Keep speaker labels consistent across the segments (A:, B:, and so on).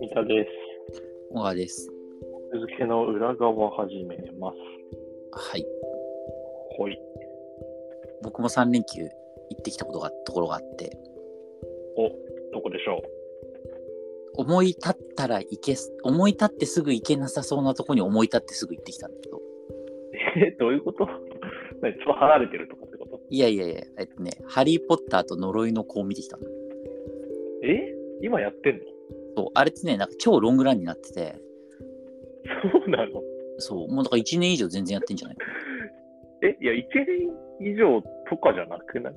A: 三田です。
B: 小川です。
A: 続けの裏側始めます。
B: はい。
A: ほい。
B: 僕も3連休行ってきたことが、ところがあって、
A: どこでしょ
B: 思い立ったら行けす、思い立ってすぐ行けなさそうなとこに思い立ってすぐ行ってきたんだけど、
A: うえ、どう いうこと何ちょっと離れてるとかってこと
B: いやいやいや、えっとね、ハリー・ポッターと呪いの子を見てきたの。
A: え今やってんの
B: そう、あれってね、なんか超ロングランになってて、
A: そうなの
B: そう、もうだから1年以上全然やってんじゃない
A: え、いや、1年以上とかじゃなくない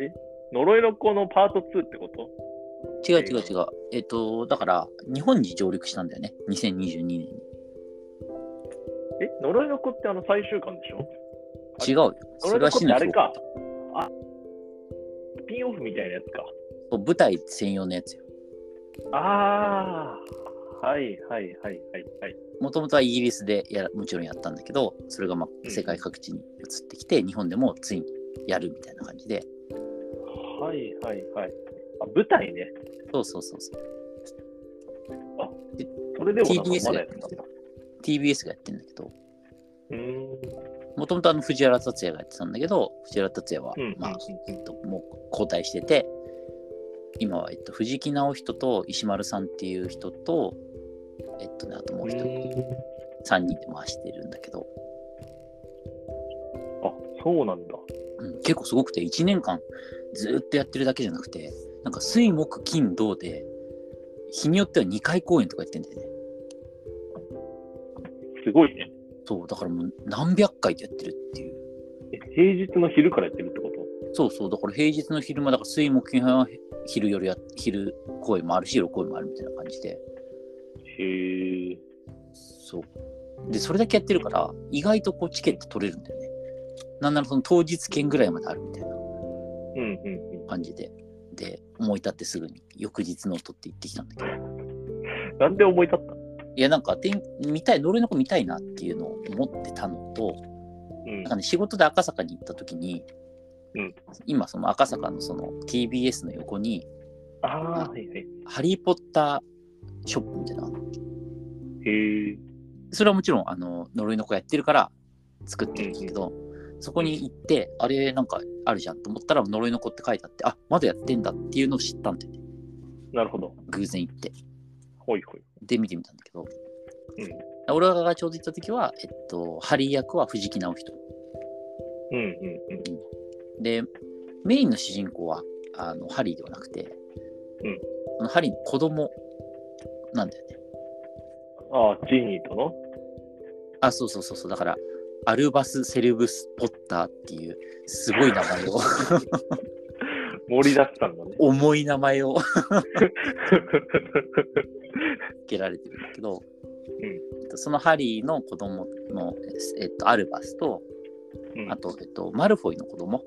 A: え呪いの子のパート2ってこと
B: 違う違う違う。えっと、だから、日本に上陸したんだよね、2022年に。
A: え呪いの子ってあの最終巻でしょ
B: 違うよ。そ
A: 呪い
B: れ
A: の
B: は
A: 子っ
B: 死
A: て
B: の
A: あ
B: 飛
A: れ
B: 行
A: か。あ、スピンオフみたいなやつか。
B: そう舞台専用のやつよ。
A: ああ、はいはいはいはいはい。
B: もともとはイギリスでやらもちろんやったんだけど、それがま
A: うん
B: あ世界各地に移ってきて、日本でもついにやるみたいな感じで、
A: はいはいはい。あ、舞台ね。
B: そうそうそうそう、
A: それでもなんか
B: TBS
A: まだやってたんだ。
B: TBS がやってんだけど、
A: うーん。
B: もともとあの藤原竜也がやってたんだけど、藤原竜也は
A: うん、
B: まあ、
A: う
B: え
A: ん
B: っと、もう交代してて、今は、えっと、藤木直人と石丸さんっていう人と、えっとね、あともう一人、3人で回してるんだけど、
A: あ、そうなんだ。
B: うん、結構すごくて1年間ずーっとやってるだけじゃなくてなんか水木金土で日によっては2回公演とかやってんだよね
A: すごいね。
B: そうだからもう何百回ってやってるっていう
A: え平日の昼からやってるってこと
B: そうそうだから平日の昼間だから水木金は昼夜や昼公演もあるし夜公演もあるみたいな感じで
A: へえ。
B: そうでそれだけやってるから意外とこうチケット取れるんだよねなんならその当日券ぐらいまであるみたいな
A: うんうんう
B: 感じでで思い立ってすぐに翌日のを取って行ってきたんだけど
A: ん。なんで思い立った
B: いやなんかてん見たい呪いの子見たいなっていうのを思ってたのと
A: うん
B: なんか、ね、仕事で赤坂に行った時に、
A: うん
B: 今その赤坂のその TBS の横に
A: ああー、はいはい。
B: ハリー・ポッターショップみたいな
A: へえ。
B: それはもちろんあの呪いの子やってるから作ってるんだけど、そこに行ってあれなんかあるじゃんと思ったら呪いの子って書いてあってあまだやってんだっていうのを知ったんだよね
A: なるほど。
B: 偶然行って
A: ほいほい。
B: で見てみたんだけど、
A: うん
B: 俺がちょうど行った時は、えっと、ハリー役は藤木直人
A: うんうんうん。
B: でメインの主人公はあのハリーではなくて、
A: うん
B: そのハリーの子供なんだよね
A: ああ、ジニーとの
B: あそうそうそうそうだからアルバス・セルブス・ポッターっていうすごい名 前を
A: 盛りだくさんだね。
B: 重い名前を付けられてるんだけど、
A: うん
B: えっとそのハリーの子供の、えっと、アルバスと
A: うん
B: あと、えっと、マルフォイの子供
A: ほう。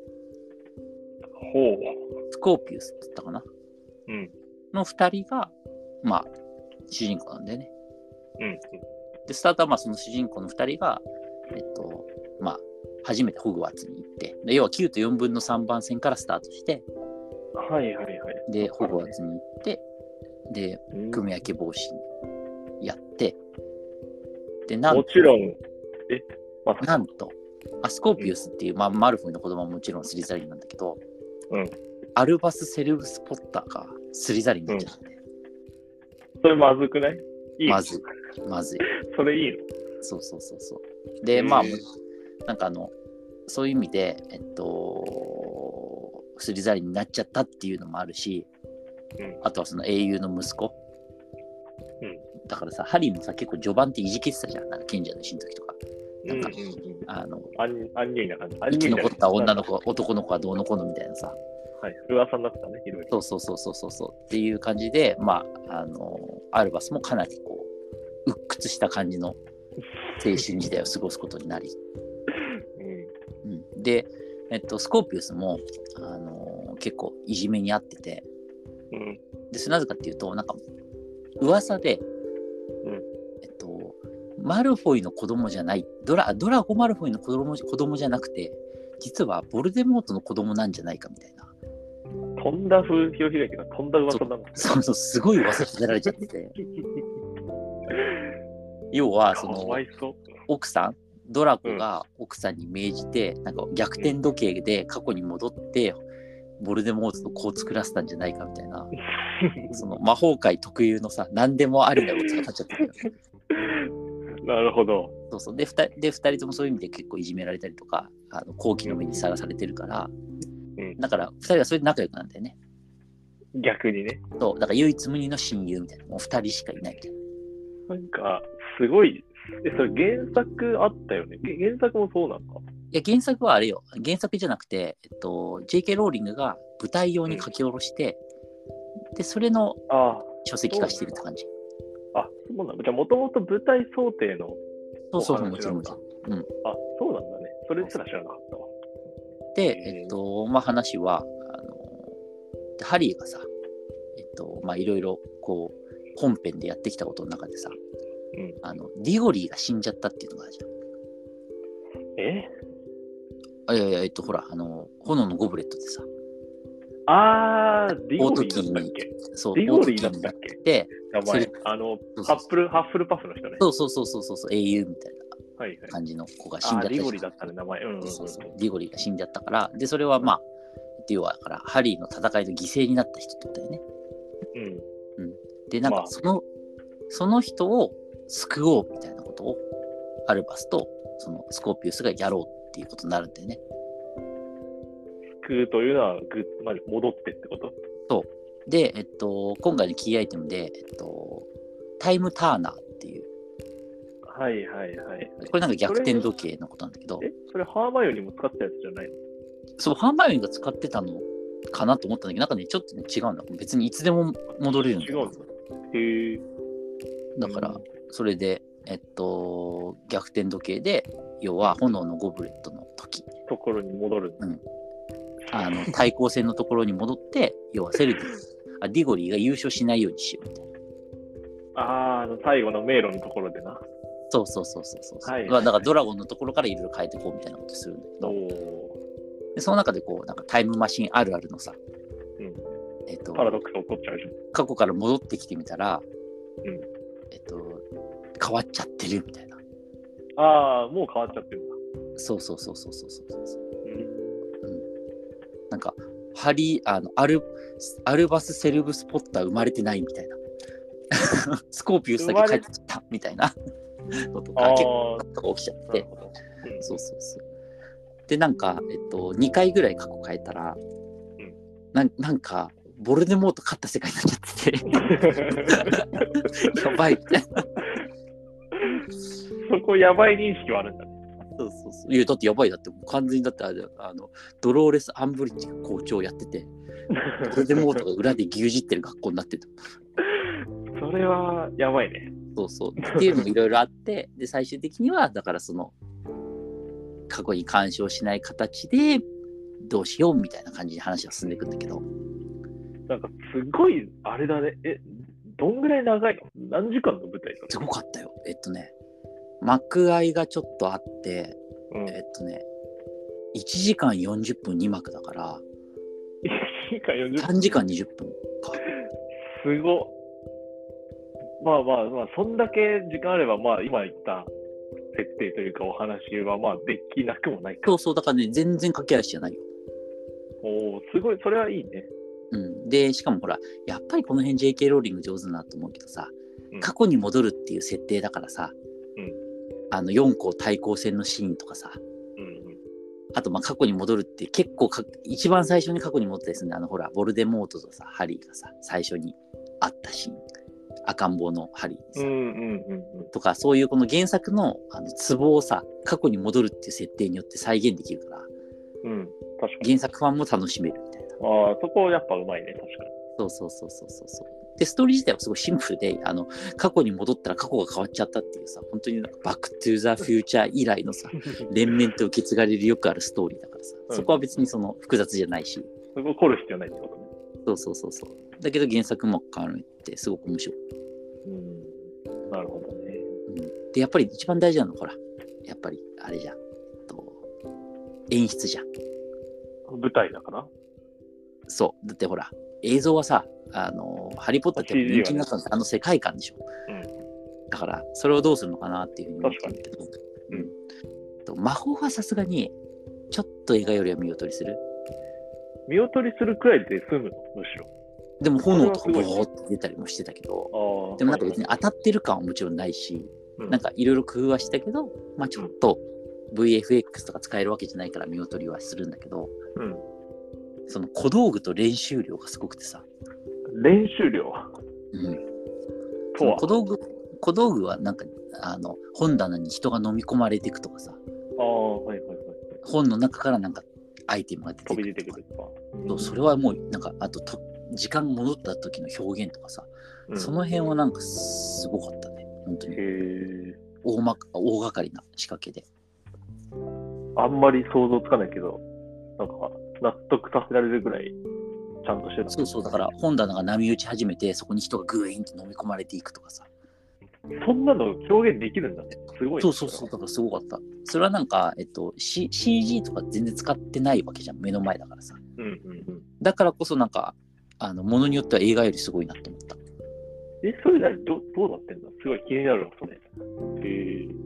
B: スコーピウスって言ったかな
A: うん
B: の2人がまあ主人公なんだよね
A: うん
B: で、スタートはまあその主人公の2人が、えっと、まあ、初めてホグワーツに行って、で要は9と4分の3番線からスタートして、
A: うん。はいはいはい。
B: で、ホグワーツに行って、で、
A: うん
B: 組み分け防止やって、で、なん
A: もちろん、え、まあ、
B: なんと、アスコーピウスっていう、まあ、マルフォイの子供はもちろんスリザリンなんだけど、
A: うん
B: アルバス・セルブス・ポッターがスリザリンになっちゃって、
A: それまずくないいい
B: まずい。まずい。
A: それいいの
B: そうそうそうそう。で、まあ
A: へえ、
B: なんかあの、そういう意味で、えっと、すりざりになっちゃったっていうのもあるし、
A: うん
B: あとはその英雄の息子。
A: うん
B: だからさ、ハリーもさ、結構序盤っていじけてたじゃん、なんか賢者の死の時とか。
A: う
B: なんん
A: う
B: か
A: んうん。
B: あの、
A: アンアンニュイな感じ。アンニ
B: 生
A: ュ
B: き
A: イな
B: 残った女の
A: 子。
B: 子、男の子はどうのこうのみたいなさ、
A: はい。噂になってたね、いろいろ。
B: そうそうそうそうそうそうっていう感じで、まあ、あの、アルバスもかなりこう、鬱屈した感じの青春時代を過ごすことになり、
A: うん。
B: うん、で、えっと、スコーピウスも、あのー結構いじめにあってて
A: うん。
B: でそれなぜかっていうとなんか噂で、
A: うん
B: えっとマルフォイの子供じゃないドラドラゴマルフォイの子供子供じゃなくて実はボルデモートの子供なんじゃないかみたいな
A: 飛んだ風、広開きが飛んだ噂なんです
B: そうそう、すごい噂立てられちゃっ てて。要は、そ
A: か
B: の
A: わ、いそう。
B: 奥さん、ドラコが奥さんに命じて、なんか逆転時計で過去に戻って、ボルデモートとこう作らせたんじゃないかみたいな、その魔法界特有のさ、何でもありなことが立っちゃってるよね。
A: なるほど。
B: そうそう。で、2人で二人ともそういう意味で結構いじめられたりとか、あの後期の目にさらされてるから、
A: うん
B: だから2人はそれで仲良くなんだよね。
A: 逆にね。
B: そう、だから唯一無二の親友みたいな、もう2人しかいないみたい
A: な
B: な。
A: んか、すごい。え、それ原作あったよね。げ原作もそうなんか。
B: いや、原作はあれよ、原作じゃなくて、えっと、JK ローリングが舞台用に書き下ろして、で、それの
A: あ
B: 書籍化してるって感じ。
A: あ、あ、そうなんだ。じゃあ、もともと舞台想定の。
B: そうそう
A: お
B: そう、
A: 話
B: もちろんもちろん。
A: あ、そうなんだね。それすら知らなかったわ。
B: で、
A: へー
B: えっと、まあ話は、あの、でハリーがさ、えっと、まあいろいろこう、本編でやってきたことの中でさ、
A: うん
B: あの、ディゴリーが死んじゃったっていうのがあるじゃん。
A: え
B: あいやいや、えっと、ほら、あの、炎のゴブレットでさ、
A: あー、ディゴ
B: オート
A: リ
B: キ
A: ー
B: ー
A: だった
B: に
A: っけ、
B: そう、
A: ディゴリーだった
B: オ
A: っ
B: ト
A: け
B: キーになって、
A: 名
B: そ
A: 前
B: れ。
A: あの、
B: そ
A: ハ
B: うそう
A: ッフル、ハッフルパフの人ね。
B: そうそうそうそうそうそう、英雄みたい
A: はいは。
B: ない感じの子が死ん
A: あー、
B: じゃった
A: デ
B: じ
A: ィ
B: ゃん
A: ゴリーだったね、名前。うんうんうん。
B: そうそうそうディゴリーが死んじゃったから、で、それはまあ、要はだから、ハリーの戦いの犠牲になった人ってことだよね。
A: うん
B: で、なん
A: ま
B: か
A: あ
B: その、その人を救おうみたいなことを、アルバスとそのスコーピウスがやろうっていうことになるんだよね。
A: 救うというのは、ぐっとまで戻ってってこと
B: で、えっと、今回のキーアイテムで、えっと、タイムターナーっていう、
A: はいはいはい。
B: これなんか逆転時計のことなんだけど、
A: え、それハーマイオニーも使ったやつじゃないの
B: そう、ハンバーグが使ってたのかなと思ったんだけど、なんかね、ちょっとね違うんだ。別にいつでも戻れるんだ
A: 違
B: よ
A: うんだ。へえ。
B: だから、それで、えっと、逆転時計で、要は炎のゴブレットの時、
A: ところに戻るんだ。
B: あの対抗戦のところに戻って、要はセルディスあ、ディゴリーが優勝しないようにしようみたいな。
A: あーあの、最後の迷路のところでな。
B: そうそうそうそうそう。
A: はい
B: まあだからドラゴンのところからいろいろ変えていこうみたいなことするんだけ
A: お
B: ど、
A: お
B: でその中でこう、なんかタイムマシンあるあるのさ、
A: ー。うん。
B: えっと、
A: パラドックス起こっちゃうじゃん。
B: 過去から戻ってきてみたら、
A: うん
B: えっと、変わっちゃってるみたいな。
A: ああ、もう変わっちゃってるんだ。
B: そうそうそうそうそうそうそう。
A: うん
B: なんか、ハリー、あの、アル、アルバス・セルブスポッター生まれてないみたいな。 スコーピウスだけ帰ってきたみたいな こと
A: あ
B: が
A: あ
B: 結構とか起きちゃっ
A: ー、なる
B: て。
A: ほど。うん
B: そうそうそう。で、なんか、えっと、2回ぐらい過去変えたら、
A: ん
B: なんなんか、ボルデモート勝った世界になっちゃってて、やばいみたいな。
A: そこやばい認識はあるんだね。
B: そうそうそう。いや、だってやばい、だってもう完全にだってあれだよあの、ドローレス・アンブリッジが校長やってて、ボルデモートが裏で牛耳ってる学校になってた。
A: それはやばいね。
B: そうそう。っていうのもいろいろあって、で、最終的には、だからその、過去に干渉しない形で、どうしようみたいな感じで話が進んでいくんだけど、
A: なんかすごい、あれだね。え、どんぐらい長いの何時間の舞台
B: す
A: だ
B: ごかったよ。えっとね、幕合いがちょっとあって、
A: うん。
B: えっとね、1時間40分2幕だから、
A: 1時間40分。
B: 3時間20分か。
A: すごっ。まあまあまあ、そんだけ時間あれば、まあ今言った設定というかお話はまあできなくもないか。
B: そうそう、だからね、全然駆け足じゃないよ。
A: おお、すごい、それはいいね。
B: うん、で、しかもほら、やっぱりこの辺 JK ローリング上手だなと思うけどさ
A: う、ん
B: 過去に戻るっていう設定だからさ、
A: うん
B: あの4校対抗戦のシーンとかさ、
A: うんうん。
B: あとまあ過去に戻るって結構か一番最初に過去に戻ったりするんだよあのほら、ボルデモートとさ、ハリーがさ、最初に会ったシーン、赤ん坊のハリー
A: う
B: さ、
A: んうんうんうん。
B: とか、そういうこの原作のあのツボをさ、過去に戻るっていう設定によって再現できるから、
A: うん、確かに。
B: 原作ファンも楽しめるみたいな。
A: ああ、そこやっぱうまいね、確かに。
B: そうそうそうそうそうそう。で、ストーリー自体はすごいシンプルで、あの、過去に戻ったら過去が変わっちゃったっていうさ、本当になんかバックトゥーザフューチャー以来 のさ、連綿と受け継がれるよくあるストーリーだからさ、
A: うん
B: そこは別にその複雑じゃないし、
A: そこ凝る必要ないってことね。
B: そうそうそうそう。だけど原作も変わるってすごく面白い。
A: うん、なるほどね。
B: うん、で、やっぱり一番大事なのはほら、やっぱりあれじゃん、えっと、演出じゃん。
A: 舞台だから
B: そうだってほら映像はさあの「ハリー・ポッター」ってやっぱ人気になったんです、あの世界観でしょ、
A: うん
B: だからそれをどうするのかなっていうふうに思ってるけど、
A: にうん
B: うん、と魔法はさすがにちょっと映画よりは見劣りする
A: 見劣りするくらいで済むの、むし
B: でも炎と
A: そ
B: か
A: れ
B: ボ
A: はすごい
B: ーって出たりもしてたけど
A: ろ。ああ。
B: でもなんか別に
A: は
B: 当たってる感はもちろんないし、
A: いはい、
B: なんかいろいろ工夫はしたけど、まあ、ちょっと VFX とか使えるわけじゃないから見劣りはするんだけど
A: うん、
B: その小道具と練習量がすごくてさ、
A: うん練習量
B: うん、
A: とは
B: 小。道具小道具はなんかあの本棚に人が飲み込まれていくとかさ
A: ああ、はいはいはい。
B: 本の中からなんかアイテムが出て
A: 飛び出
B: く
A: て
B: る
A: く
B: とか
A: るとか。
B: そうそれはもうなんかあとと時間戻った時の表現とかさ、
A: うん
B: その辺はなんかすごかったね本当
A: へ
B: に
A: え。
B: 大まか大掛かりな仕掛けで
A: あんまり想像つかないけど、なんか納得させられるぐらい、ちゃんとしてた。
B: そうそうだから本棚が波打ち始めてそこに人がグイーンって飲み込まれていくとかさ
A: そんなの表現できるんだね。すごいね。
B: そうそうそうだからすごかったそれはなんか、えっと、C g とか全然使ってないわけじゃん目の前だからさ
A: うんうんうん。
B: だからこそなんかあのものによっては映画よりすごいなと思った
A: え、それなりどどうなってんだすごい気になるわ、それ。へえ。
B: うん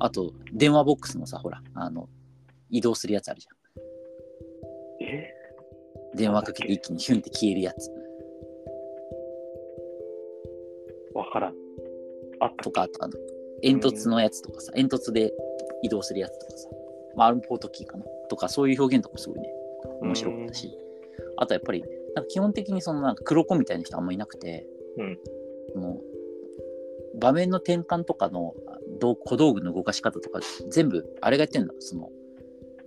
B: あと電話ボックスのさほらあの移動するやつあるじゃ
A: え
B: ん電話かけて一気にヒュンって消えるやつ
A: わからん。あった
B: とかあとあの煙突のやつとかさ煙突で移動するやつとかさ、まあ、アルポートキーかなとかそういう表現とかもすごいね面白かったしあとやっぱりなんか基本的にそのなんか黒子みたいな人あんまいなくて、
A: うん
B: その場面の転換とかの道小道具の動かし方とか全部あれがやってんだその、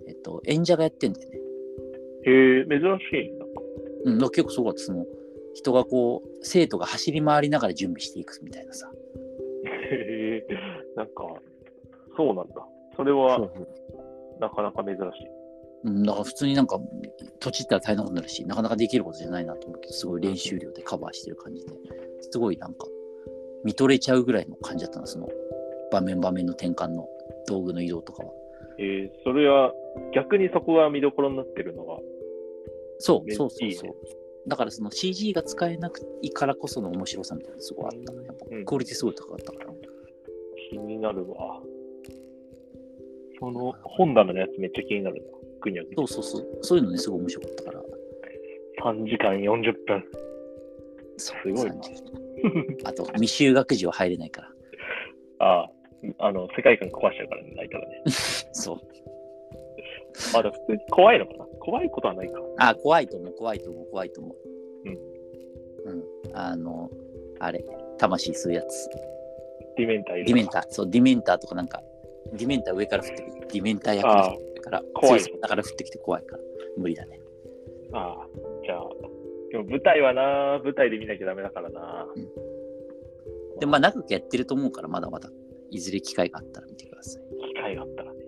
B: えっと、演者がやってんだよね
A: へえ、珍しいんだ。
B: うん、だから結構そうだったその人がこう生徒が走り回りながら準備していくみたいなさ
A: へえ、なんか、そうなんだ。それはなかなか珍しい。
B: うん、だから普通になんかとちったら大変なことになるしなかなかできることじゃないなと思うけどすごい練習量でカバーしてる感じですごいなんか見とれちゃうぐらいの感じだったなその場面場面の転換の道具の移動とかは
A: えー、それは逆にそこが見どころになってるのが、
B: そ
A: めっ
B: うそうそ
A: いういね
B: そうだからその CG が使えないからこその面白さみたいなのがすごいあったなやっぱ
A: うん
B: クオリティすごい高かったから、
A: 気になるわ。その本棚のやつめっちゃ気になるな。ぐにゃぐに
B: そうそうそうそういうのねすごい面白かったから
A: ゃ。3時間40分。
B: す
A: すごいな
B: あと未就学児は入れないから
A: ああ、あの、世界観壊しちゃうからね、ないからね。
B: そう
A: まあ、だから普通に怖いのかな怖いことはないか。
B: あ怖いと思う怖いと思う怖いと思う
A: うん
B: うんあのあれ魂吸うやつ
A: ディメンターいる
B: ディメンターそうディメンターとかなんかディメンター上から降ってくるディメンター役
A: あ
B: の
A: ー
B: 人だから
A: 怖い
B: そうそうだから降ってきて怖いから無理だね
A: ー。ああ、じゃあ。でも舞台はな、舞台で見なきゃダメだからな。
B: でまあ長くやってると思うからまだまだいずれ機会があったら見てください
A: 機会があったらね。